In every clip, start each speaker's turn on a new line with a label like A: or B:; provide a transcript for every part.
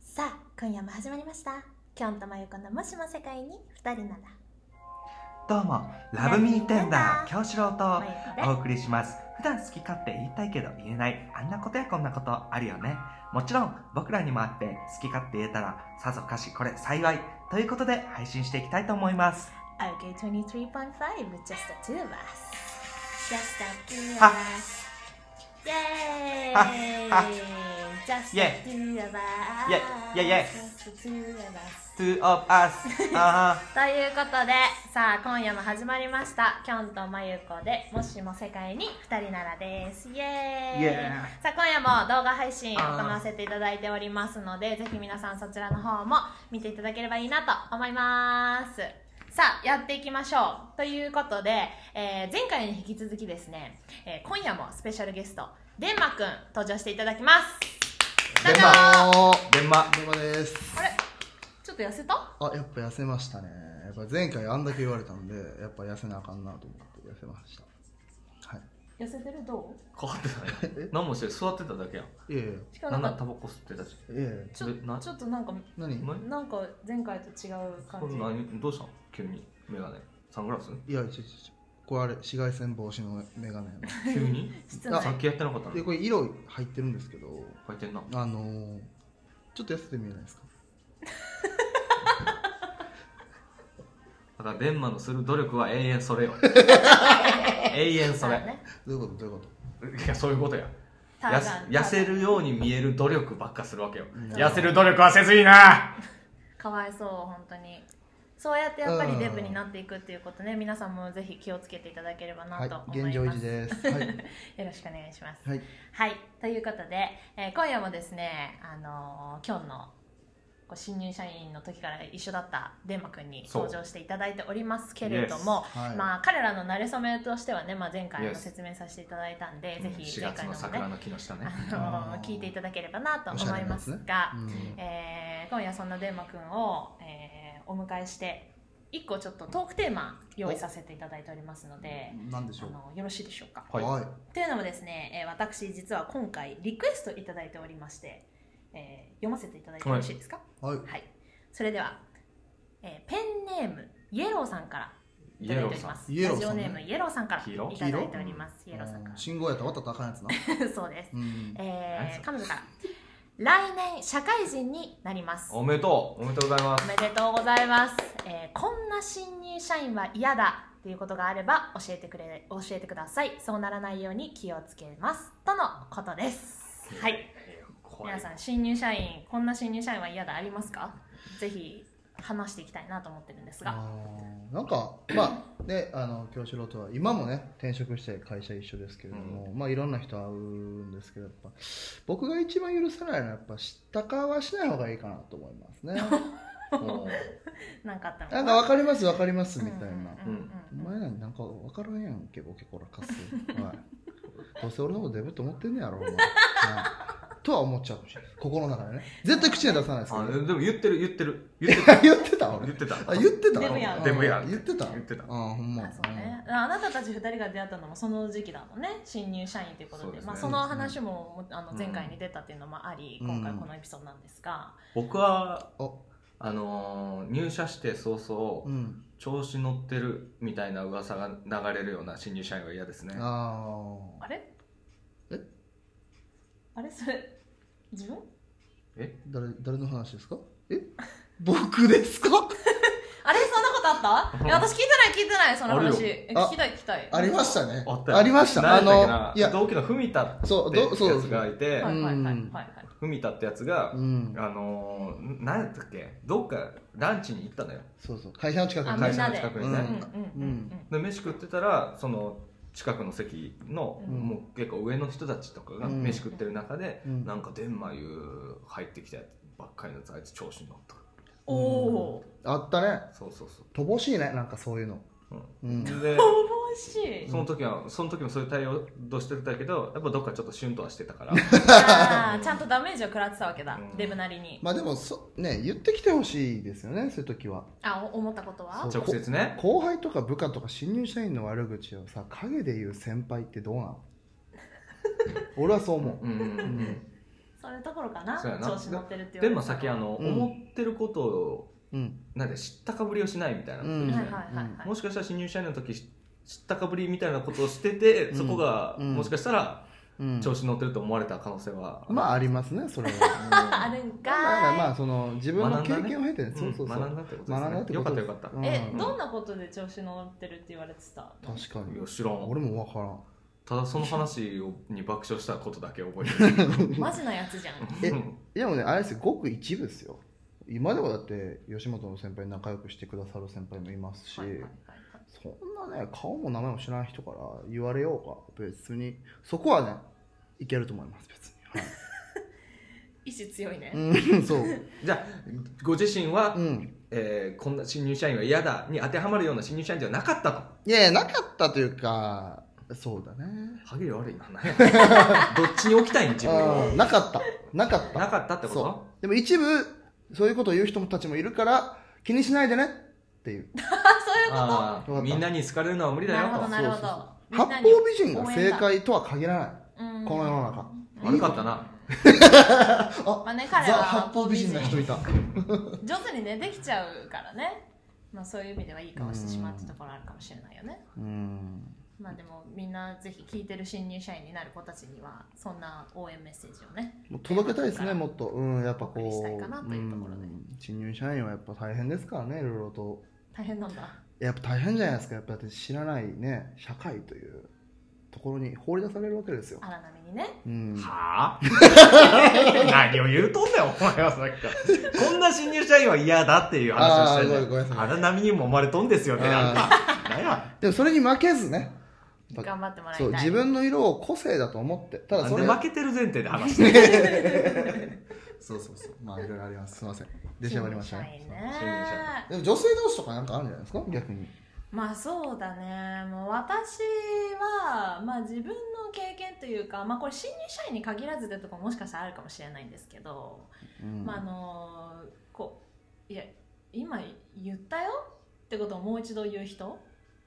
A: さあ今夜も始まりましたきょんとまゆこのもしも世界に二人なら
B: どうもラブミーテンダー京志郎
A: ま
B: と
A: ゆこ
B: お
A: で
B: 送りします普段好き勝手言いたいけど言えないあんなことやこんなことあるよねもちろん僕らにもあって好き勝手言えたらさぞかしこれ幸いということで配信していきたいと思います
A: OK23.5 just the two of us just the two of
B: は
A: us イェ
B: はは
A: ーイ just the
B: イェ
A: two of us
B: イェイェイェイ
A: just the two of us
B: Two of us あ
A: ということでさあ今夜も始まりましたきょんとまゆこでもしも世界に二人ならですイエーイ
B: イエーイ
A: さあ今夜も動画配信
B: あー
A: 行わせていただいておりますのでぜひ皆さんそちらの方も見ていただければいいなと思いますさあやっていきましょうということで、えー前回に引き続きですね、えー今夜もスペシャルゲストデンマくん登場していただきます
C: デ
A: どうぞ
C: マ
B: ー電話
C: デマです
A: あれちょっと痩せた
C: あやっぱ痩せましたねやっぱ前回あんだけ言われたんでやっぱ痩せなあかんなと思って痩せましたはい
A: 痩せてるど
D: かかってたね何もしてない座ってただけやん
C: いえい
A: うしかもな
D: 何
A: ん
D: なら
A: か
D: タバコ吸ってたし
C: えいえ
A: ちょ
D: えな
A: ちょっとなんか
C: 何
D: お前
A: なんか前回と違う感じ。
D: 何どうしたん急にメガネサング ラス
C: いやちょちょちょこれあれ紫外線防止のメガネ
D: 急 に
A: 室内
C: あ
D: さっきやってなかったの
C: で
D: 入
C: これ色入ってるんですけど
D: ってんな
C: あのー、ちょっと痩せて見えないですか
D: だから電マのする努力は永遠そ れよ永遠そ
A: そう
D: れ
A: だね。
C: どういうことどういうこ
D: いやそういうことや
A: ター
D: や
A: ザ
D: す
A: ン
D: 痩せ。るように見える努力ばっかするわけよ
C: うん
D: 痩せる努力はせずいいな
A: かわいそう本当に。そうやってやっぱりデブになっていくっていうことね、皆さんもぜひ気をつけていただければ
C: と
A: な
C: はい
A: と思います。
C: 現状維持ですはい
A: よろしくお願いします。
C: はい
A: はい、ということで、えー今夜もですね、あのー今日のこう新入社員の時から一緒だったデンマ君に
D: そう
A: 登場していただいておりますけれども、
C: は い、
A: まあ、彼らの馴れ初めとしてはね、まあ、前回
D: Yes
A: の説明させていただいたんで、ぜひ
D: 4
A: 前
D: 月
A: 回の
D: の
A: もね
D: 桜の木の下ね
A: あ
C: あ
A: の
C: ー
A: 聞いていただければなと
C: おしゃ
A: 思
C: れ
A: い
C: なや
A: ま
C: つね
A: すが、
C: うん
A: えー今夜そんなデンマくんを、えーお迎えして1個ちょっとトークテーマ用意させていただいておりますので
C: なんでし
A: あ
C: ょう
A: のよろしいでしょうか
D: はい
C: はい
A: というのもですね、えー私実は今回リクエストいただいておりまして、えー読ませていただいてよろしいですか
C: はい
A: はい、それでは、えーペンネームイエローさんからい
D: イ
A: た
D: エ
A: だい
D: ロ
A: てお
D: ー
A: り
D: さ
A: ま
D: ん
A: す
C: イエロ
A: ラ
C: ー
A: ジオ
C: さんね
A: ネームイエローさんからい
D: 黄色
A: ただいておりますイエローさんか
C: うん信号やったら渡ったらあかんやつな
A: ら そうです
C: うん
A: えー、
D: 何それ
A: 彼女から来年社会人になりますお
D: おめでとうおめでとうございます
A: めでとうございます、えーこんな新入社員は嫌だということがあれば教えてくれ教えてくださいそうならないように気をつけますとのことですはい
D: えー怖い
A: 皆さん新入社員こんな新入社員は嫌だありますかぜひ話していきたいなと思ってるんですが
C: あーなんかまあねあの京志郎とは今もね転職して会社一緒ですけれども、まあいろんな人会うんですけどやっぱ僕が一番許せないのはやっぱ知ったかはしない方がいいかなと思いますね
D: もう
A: 何かあったの
C: なんか分かります分かりますみたいな、
A: うんうんうん
C: お前らになんか分からへんやんけボケこらかすはいどうせ俺のことデブと思ってんねやろお前、はいとは思っちゃうかもしれない心の中でね絶対口には出さないです
D: あ
C: けど
D: でも言ってる言ってる言って
C: 言ってた
D: た
C: 俺
D: 言ってた
C: あ言ってた
A: デブやん
D: デブやん
C: 言ってた
D: 言ってた
C: あほんま
A: あそうね、あなたたち2人が出会ったのもその時期だもんね新入社員ということで
D: そうですね
A: まあ、その話も、あの
D: うん
A: 前回に出たっていうのもあり、
C: うん
A: 今回このエピソードなんですが、
D: 僕は
C: お
D: あのー入社して早々、
C: うん
D: 調子乗ってるみたいな噂が流れるような新入社員は嫌ですね
C: ああ
A: あれ
C: え
A: あれそれ自分
C: 誰誰の話ですか え僕ですか
A: あれそんなことあったいや私聞いてない聞いてないその話
D: あるよ
A: え
C: あ
A: 聞きたい聞きたい
C: ありましたね
D: あったよ
C: りましたあ
D: 何やったっけな
C: のいや
D: 同期の文田って
C: そうどそう
D: やつがいて
A: はいはいはいはい
C: うん
A: はい
D: 文田ってやつが、
C: うん
D: あのー、何やったっけどっかランチに行ったのよ
C: そうそう会社の近く
A: あ
C: に
A: みんな
D: 会
A: で
D: 社の近くに
C: う
D: ね、
C: ん
A: うんうんうん
D: で飯食ってたらその近くの席の、
A: うん
D: もう結構上の人たちとかが
C: うん
D: 飯食ってる中で、
C: うん
D: なんか伝馬湯入ってきたやつばっかりのやつあいつ調子に乗った
A: おお
C: あったね
D: そうそうそ
C: 乏しいねなんかそういうの
D: う、
C: う
D: うん
C: ん
D: で
A: ー面白い
D: その時はその時もそういう対応どしてたけどやっぱどっかちょっとシュンとはしてたから
A: あーちゃんとダメージを食らってたわけだ、
D: うん
A: デブなりに
C: まあでもそね言ってきてほしいですよねそういう時は
A: あお思ったことは
C: そう
D: 直接ね
C: 後輩とか部下とか新入社員の悪口をさ 陰で言う先輩ってどうなの俺はそう思う
D: うんうんうん
A: そういうところかな
D: そうやな
A: 調子乗ってるっていう
D: でもさっきあの、
C: うん
D: 思ってることを
C: うん
D: なんで知ったかぶりをしないみたいなこと
C: う
D: 言
A: は
D: う
A: い
D: じゃ
A: は
D: ない
A: いはいはい
D: もしかしたら新入社員の時し知ったかぶりみたいなことをしてて、
C: うん
D: そこが、
C: うん
D: もしかしたら
C: うん
D: 調子乗ってると思われた可能性は、
C: まあありますねそれは
A: あるんか
C: まあだから
A: い
C: まあその自分の経験を経てね
D: うん
C: そうそうそう
D: 学んだってことです
C: 学んだ
D: ね
C: って
D: よか
C: こ
D: った
C: とで
D: よ
C: す
D: かった、
C: うん
A: えどんなことで調子乗ってるって言われてた
C: 確か
D: い
C: に
D: や知らん
C: 俺も分からん
D: ただその話をに爆笑したことだけ覚えてる
A: マジなや つじゃん
C: え
D: うん
C: でもねあれですよごく一部ですよ今でもだって吉本の先輩に仲良くしてくださる先輩もいますし、
A: はいはいはいはい
C: そんなね顔も名前も知らない人から言われようか別にそこはねいけると思います別
A: 意志強いね
C: に、はい、うんそう
D: じゃあご自身は、
C: うん
D: えーこんな新入社員は嫌だに当てはまるような新入社員じゃなかったと
C: いやいやなかったというかそうだね
D: 歯切れ悪いななんや どっちに置きたいん自分を
C: うんなかったなかった
D: なかったってこ
C: そ
D: と
C: うでも一部そういうことを言う人たちもいるから気にしないでねっていう
A: あそういうこ
D: あ
C: わか
D: あ
C: った
D: みんなに好かれるのは無理だ
A: とな
D: よ
A: るほど
D: と
A: なるほどみ
C: そう
A: ん
C: 八
A: な
C: 方
A: に
C: 美人が正解とは限らない
A: うん
C: この世の中
D: 悪かったな
C: あ
A: まあね彼
C: ザ
A: は
C: 八方美人な人いた
A: 上手にねできちゃうからねまあそういう意味ではいい顔してしまうってところあるかもしれないよね
C: うん
A: まあでもみんなぜひ聞いてる新入社員になる子たちにはそんな応援メッセージをね
C: もう届けたいですねもっとうんやっぱ
A: お送りし
C: こ
A: たいかなと
C: う
A: いうところで
C: うん新入社員はやっぱ大変ですからねいろいろと
A: 大変なんだ
C: やっぱ大変じゃないですかやっぱだって知らないね社会というところに放り出されるわけですよ
A: 荒波にね
C: うん
D: はあ 何を言うとんだよ、お前はさっきから。こんな新入社員は嫌だっていう話をして
C: あーごめんごめんなさい
D: 荒波にも生まれとんですよね、なんか。なんや。
C: でもそれに負けずねやっぱ
A: 頑張ってもらいたい
C: そう自分の色を個性だと思ってただ
D: なん
C: そ
D: で
C: れ
D: 負けてる前提で話してる。
C: そうそうそうまあいろいろありますすいません出しゃばりました
A: 新入
C: ね
A: 社員
D: 新入社
A: ね
C: でも女性同士とかなんかあるんじゃないですか逆に
A: まあそうだねもう私は、まあ、自分の経験というか、まあ、これ新入社員に限らずでとかもしかしたらあるかもしれないんですけど、
C: うん
A: まああのこういや今言ったよってことをもう一度言う人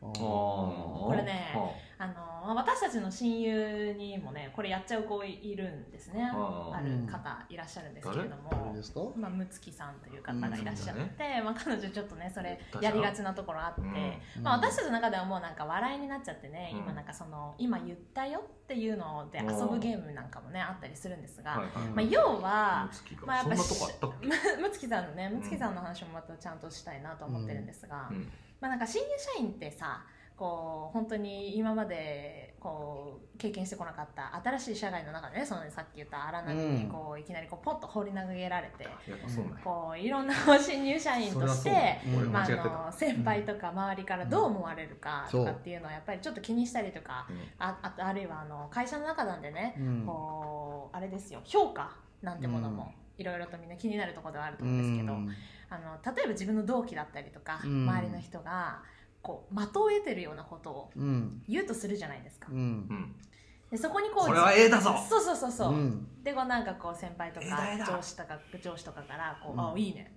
C: あー
D: こ
A: れねあのまあ私たちの親友にもねこれやっちゃう子いるんですね
D: あ
A: あ
D: あ
A: る方いらっしゃるんですけれど
C: 誰
A: も
C: で。すか
A: まあ、むつきさんという方がいらっしゃって、
D: うん
A: まあ、彼女ちょっとねそれやりがちなところあって、
C: うん
A: まあ、私たちの中ではもうなんか笑いになっちゃってね、
D: うん
A: 今なんかその今言ったよっていうので遊ぶゲームなんかもねあったりするんですが、
D: はいはい
A: まあ、要は
D: ムツキ
A: まあや
D: が
A: っ
D: そんな
A: ぱ
D: とこあったっけ
A: むむつきさんのねむつきさんの話もまたちゃんとしたいなと思ってるんですが、
D: うん
A: まあ、なんか新入社員ってさこう本当に今までこう経験してこなかった新しい社外の中でねそのさっき言った荒波にこういきなりこうポッと放り投げられて、
D: やっぱそうなんや。
A: こういろんな新入社員
D: それ
A: と
D: は
A: し
D: そう
A: て。。
D: 俺
A: ま
D: 間違
A: あ、
D: ってた。
A: あの先輩とか周りからどう思われるかとかっていうのはやっぱりちょっと気にしたりとか
D: うん
A: ああとあるいはあの会社の中なんでね
C: うん
A: こうあれですよ評価なんてものもいろいろとみんな気になるところではあると
C: う
A: 思うんですけど
C: ん
A: あの例えば自分の同期だったりとか
C: うん
A: 周りの人がこう的を得てるようなことを
C: うん
A: 言うとするじゃないですか
C: うん
D: うん
A: でそこにこう
D: これは A だぞ
A: そうそうそうそうう、
C: ん
A: でこうなんかこう先輩とか
D: えらいな
A: 上司とか上司とかからこう、
C: うん
A: あいいね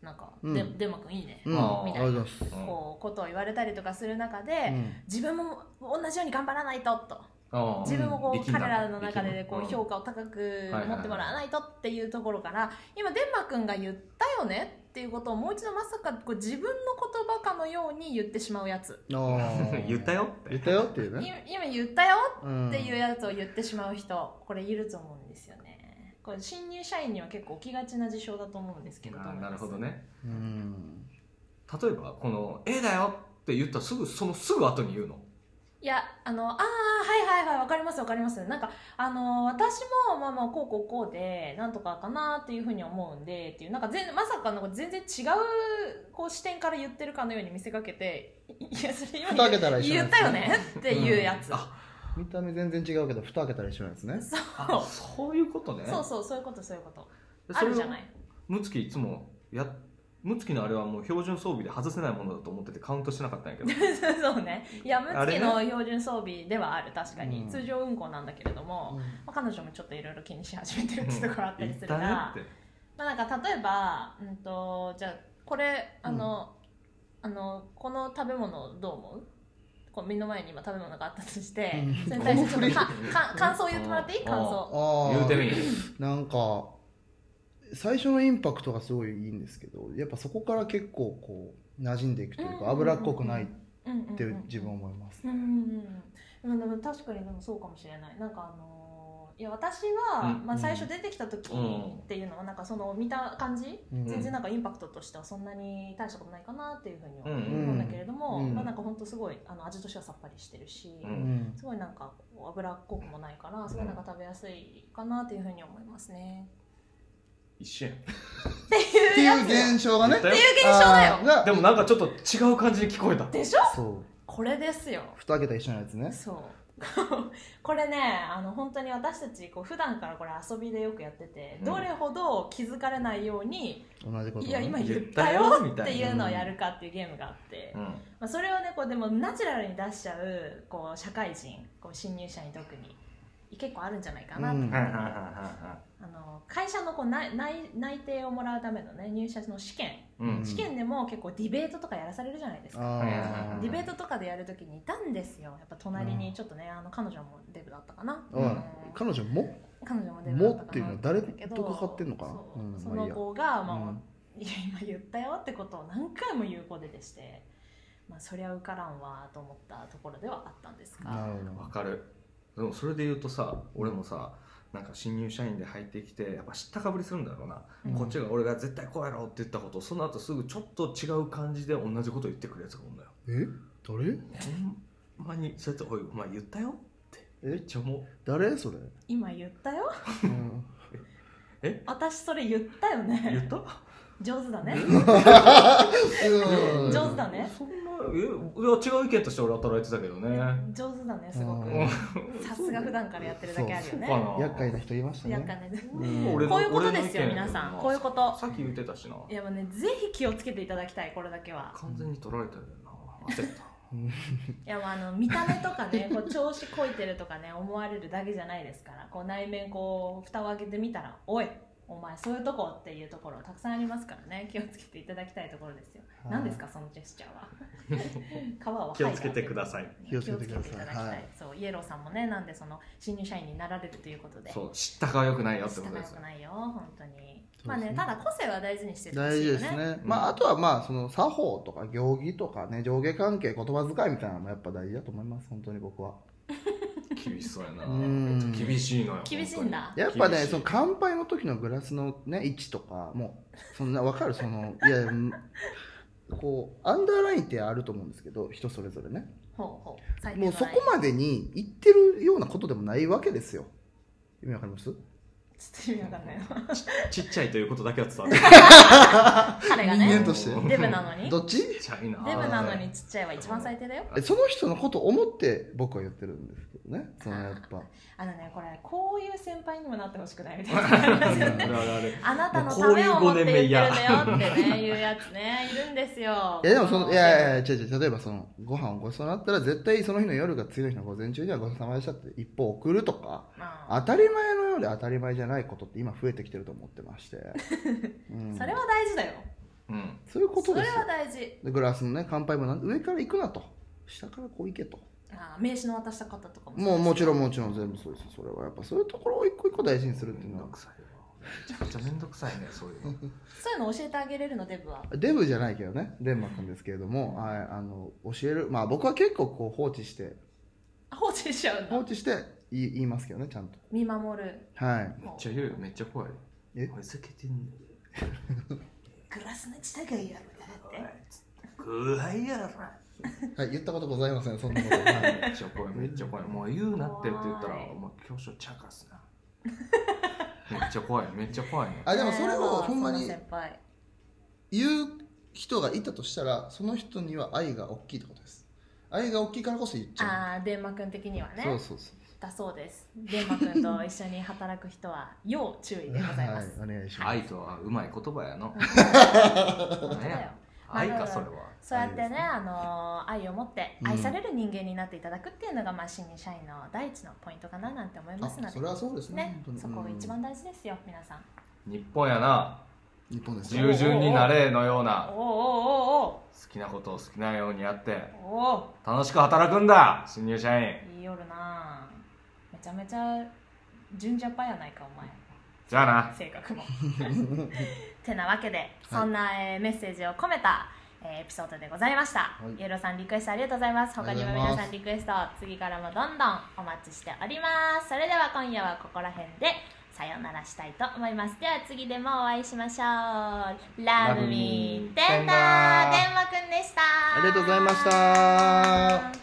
A: なんか、
C: うん
A: でデマくんいいね、
C: うん
D: あー
C: ありがとうございます
D: うん
A: こうことを言われたりとかする中で、
C: うん
A: 自分も同じように頑張らないとと
D: ああ
A: 自分もこう、
D: 力んだ
A: 彼らの中でこ
D: 力ん
A: う
D: だ
A: 評価を高く
D: はいはい
A: 持ってもらわないとっていうところから、今デンマ君が言ったよねっていうことをもう一度まさかこう自分の言葉かのように言ってしまうやつ、
C: あー
D: 言ったよって
C: 言ったよっていう
A: い
C: ね
A: 今言ったよ
C: っ
A: っていうやつを言ってしまう人これいると思うんですよねこれ新入社員には結構起きがちな事象だと思うんですけど
D: あ
A: どう
D: あ
A: 思いま
D: な
A: す
D: るほどね。
C: うん
D: 例えばこの「A だよ」って言ったらすぐそのすぐ後に言うの
A: いやあのああはいはいはいわかりますわかりますなんかあの私もまあまあこうこうこうでなんとかかなっていうふうに思うんでっていうなんか全まさかなんか全然違うこう視点から言ってるかのように見せかけていいやそれ
C: 蓋
A: 今
C: 開けたら一緒
A: 言
C: な
A: っ
C: ん
A: た
C: です
A: よねっていうやつ、
D: うんあ
C: 見た目全然違うけど蓋開けたら一緒なんですね
A: そう
D: あそういうことね
A: そうそうそういうことそういうこと
D: で
A: あ
D: それ
A: る
D: を
A: じゃない
D: ムツキいつもやムツキのあれはもう標準装備で外せないものだと思っててカウントしてなかったんや けど
A: そうねいや
D: あ
A: ムツ
D: れ
A: キ
D: ね
A: の標準装備ではある確かに、
C: うん
A: 通常運行なんだけれども、まあ、彼女もちょっといろいろ気にし始めてるってところあったりするが、
D: 言ったね
A: まあ、なんか例えば、うん、とじゃあこれあの、あのこの食べ物どう思うこう目の前に今食べ物があったとして、
C: うん
A: それに対してちょっとか
C: この
A: か感想を言ってもらっていい
D: うん
A: 感想
C: ああ
D: 言うてみ
C: なんか最初のインパクトがすごいいいんですけどやっぱそこから結構こう馴染んでいくという
A: うん
C: か脂っこくないっ
A: うんうんうん
C: て自分は思います、
A: うんうんうんでも確かにでもそうかもしれないなんかあのーいや私は、
D: うん
A: まあ、
C: うん
A: 最初出てきた時っていうのはなんかその見た感じ、
C: うん
A: 全然なんかインパクトとしてはそんなに大したことないかなっていうふうには
D: うん
A: 思うんだけれども、
C: うん
A: まあ、なんか本当すごいあの味としてはさっぱりしてるし、
D: う
C: うんん
A: すごいなんかこう脂っこくもないからすごいなんか食べやすいかなっていうふうに思いますね。
D: 一緒やん
A: って
C: っ
A: い
C: て
A: うや
C: い
A: つ
C: う
A: だよ
C: 現象がね
D: 言ったよ
A: っていう現象だよ
C: あーが
D: でもなんかちょっと違う感じに聞こえた
A: でしょ
C: そう
A: これですよ。
C: 2桁一緒のやつね
A: そう これねあの本当に私たちこう普段からこれ遊びでよくやってて、
D: うん
A: どれほど気づかれないように
C: 同
A: 「
C: じことをね
A: いや今
D: 言
A: 言
D: っ
A: った
D: た
A: よ
D: よ」
A: って
D: み
A: い
D: たいう
A: の
D: な
A: をやるかっていうゲームがあって、
D: うん
A: まあ、それをねこうでもナチュラルに出しちゃうこう社会人こう新入社員特に結構あるんじゃないかなと思って、
C: うん
D: はいはいはいは
A: あの会社のこう内内内定をもらうためのね入社の試験、
D: いはいうん
A: 試験でも結構ディベートとかやらされるじゃないですか。
C: あ
A: ディベートとかでやるときにいたんですよ、やっぱ隣にちょっとね、あの彼女もデブだったかな、
C: ーうん彼女も
A: 彼女もデブだったかな
C: もっていうのは誰と
A: だけど
C: かかってんのかな
A: そう
C: うん
A: そ
C: まあ
A: の
C: いいや
A: 子が、まあ
C: うん
A: いや今言ったよってことを何回も言う子ででして、まあ、そりゃ受からんわと思ったところではあったんです
C: な
A: が、
C: る
D: わかるでもそれで言うとさ俺もさなんか新入社員で入ってきてやっぱ知ったかぶりするんだろうな、
A: うん
D: こっちが俺が絶対こうやろうって言ったことその後すぐちょっと違う感じで同じこと言ってくるやつがおるんだよ
C: ほどえ誰
D: ほんまにそうやって「おいお前言ったよ」って
C: え
D: めっちゃ思う
C: 誰それ、
A: 今言ったよ、
C: うん
A: 私それ言ったよ
D: 言
A: ね、
D: った
A: 上手だね、
C: うん
A: 上手だね、
D: そんなえいや違う意見として俺働いてたけどね
A: 上手だね、すご
C: う
A: く
C: ん、
A: さすが普段からやってるだけあるよ
D: そうか
A: ね。
D: な
C: 厄介な人いましたね
A: 厄介ね
C: うん
D: 俺の
A: こういうこと
D: 俺の
A: ですよ
D: 意見
A: 皆さん
D: だけどな
A: こういうこと
D: さっき言ってたしない
A: やもうねぜひ気をつけていただきたいこれだけは
D: 完全に取られたよな焦った
A: いやもうあの見た目とか ねこう調子こいてるとかね思われるだけじゃないですからこう内面こう蓋を開けてみたら「おいお前そういうとこ」っていうところたくさんありますからね気をつけていただきたいところですよ
C: はい
A: 何ですかそのジェスチャーは皮 は
D: 気をつけてください
A: はい
C: 気をつけてくださ
A: 気をつ
C: い
A: けただきたい、
C: はい
A: そうイエローさんもねなんでその新入社員になられるということで
D: そう知ったかはよくないよって
A: し
D: こ
A: た
D: と
A: が
D: で
A: よ
D: す
A: く
D: よ
A: ないよ本当に
C: すね
A: まあねただ個性は大事にしてる
C: 大事ですね
D: うん
C: まあ、あとはまあその作法とか行儀とかね上下関係言葉遣いみたいなのもやっぱ大事だと思います本当に僕は
D: 厳しそうやな
C: うん
D: 厳しいのよ
A: 厳しいんだ
C: やっぱね
D: 厳しい
C: その乾杯の時のグラスのね位置とかもうそんなわかるそのいやいやうんこうアンダーラインってあると思うんですけど人それぞれね
A: ほうほう最低の
C: も
A: ラ
C: う
A: イン
C: そこまでに言ってるようなことでもないわけですよ意味わかります
A: ちょっと意味わかんないな
D: ちっちゃいということだけは伝わって る
A: 彼が
C: 人
A: ね
C: 間として
A: デブなのに
C: どっち
D: ちっちゃいな
A: デブなのにちっちゃいは一番最低だよ
C: えその人のことを思って僕は言ってるんですけどねそのやっぱ
A: あのねこれこういう先輩にもなってほしくないみたいな
D: あ
A: 感じで
D: る
A: ね
D: ある
A: あなたのためを思って言ってるんだよってねいうやつねいるんですよ
C: いやでもそのいやいや違う違う例えばそのご飯をごちそうになったら絶対その日の夜が次の日の午前中にはごちそうさまでしたって一報送るとか
A: まあ
C: 当たり前のようで当たり前じゃないことって今増えてきてると思って まして、うん
A: それは大事だよ
D: うん
C: そういうこと
A: そ
C: で
A: れ
C: す
A: は
C: よ
A: 大事
C: でグラスのね乾杯もなん上から行くなと下からこう行けと
A: あ名刺の渡した方とかも
C: もうもち
A: ん
C: ろんもちろん全部そうですそれはやっぱそういうところを一個一個大事にするって
D: め
C: いうん
D: ど
C: のは
D: くさいわめちゃくちゃめんどくさいねそういうの
A: そういうの教えてあげれるのデブは
C: デブじゃないけどねデンマー君ですけれども、はい、あの教えるまあ僕は結構こう放置して
A: あ放置しちゃうん
C: 放
A: だ
C: 置して言い言いますけどねちゃんと
A: 見守る
C: はい
D: めっちゃ言うよめっちゃ怖い
C: え
D: おいふざけてんの
A: グラスの下がやる
D: おいつって怖いやろ
C: はい、言ったことございません、そんなこと。はい
D: めっちゃ怖いめっちゃ怖いもう言うなってって言ったらもう教師ちゃかすなめっちゃ怖いめっちゃ怖いね
C: あ、でもそれをほん ま
A: そ
C: に
A: の先輩
C: 言う人がいたとしたら、その人には愛が大きいってことです。愛が大きいからこそ言っちゃ
A: ああデンマ君的には
C: う。
A: ね
C: そうそうそう。
A: だそうです。デンマ君と一緒に働く人は要注意でございます。
C: はい、お願いします。
D: 愛とはうまい言葉やの
A: 本当だよ
D: ね。愛かそれは
A: そうやってね、あのー愛を持って
C: うん
A: 愛される人間になっていただくっていうのが、まあ新入社員の第一のポイントかななんて思いますの
C: あ、
A: で
C: それはそうですね。
A: ね
C: 本当に
A: そこが一。
C: うん
A: 番大事ですよ皆さん
D: 日本やな
C: 日本ですよ
A: 自由
D: 従順になれのよう
A: お
D: な
A: おお
D: 好きなことを好きなようにやって
A: おおおお
D: 楽しく働くんだ新入社員
A: 言いよるなめちゃめちゃ純ジャパやないかお前
D: じゃあな
A: 性格 もてなわけでそんな、えーメッセージを込めた、えーエピソードでございました、
C: い
A: ユーロさんリクエストありがとうございます他にも
C: ありがとう
A: 皆
C: ござい
A: さ
C: ま
A: ん
C: す
A: リクエスト次からもどんどんお待ちしておりますそれでは今夜はここら辺でさようならしたいと思いますでは次でもお会いしましょうラブミーテンダー天馬くんでした
C: ありがとうございました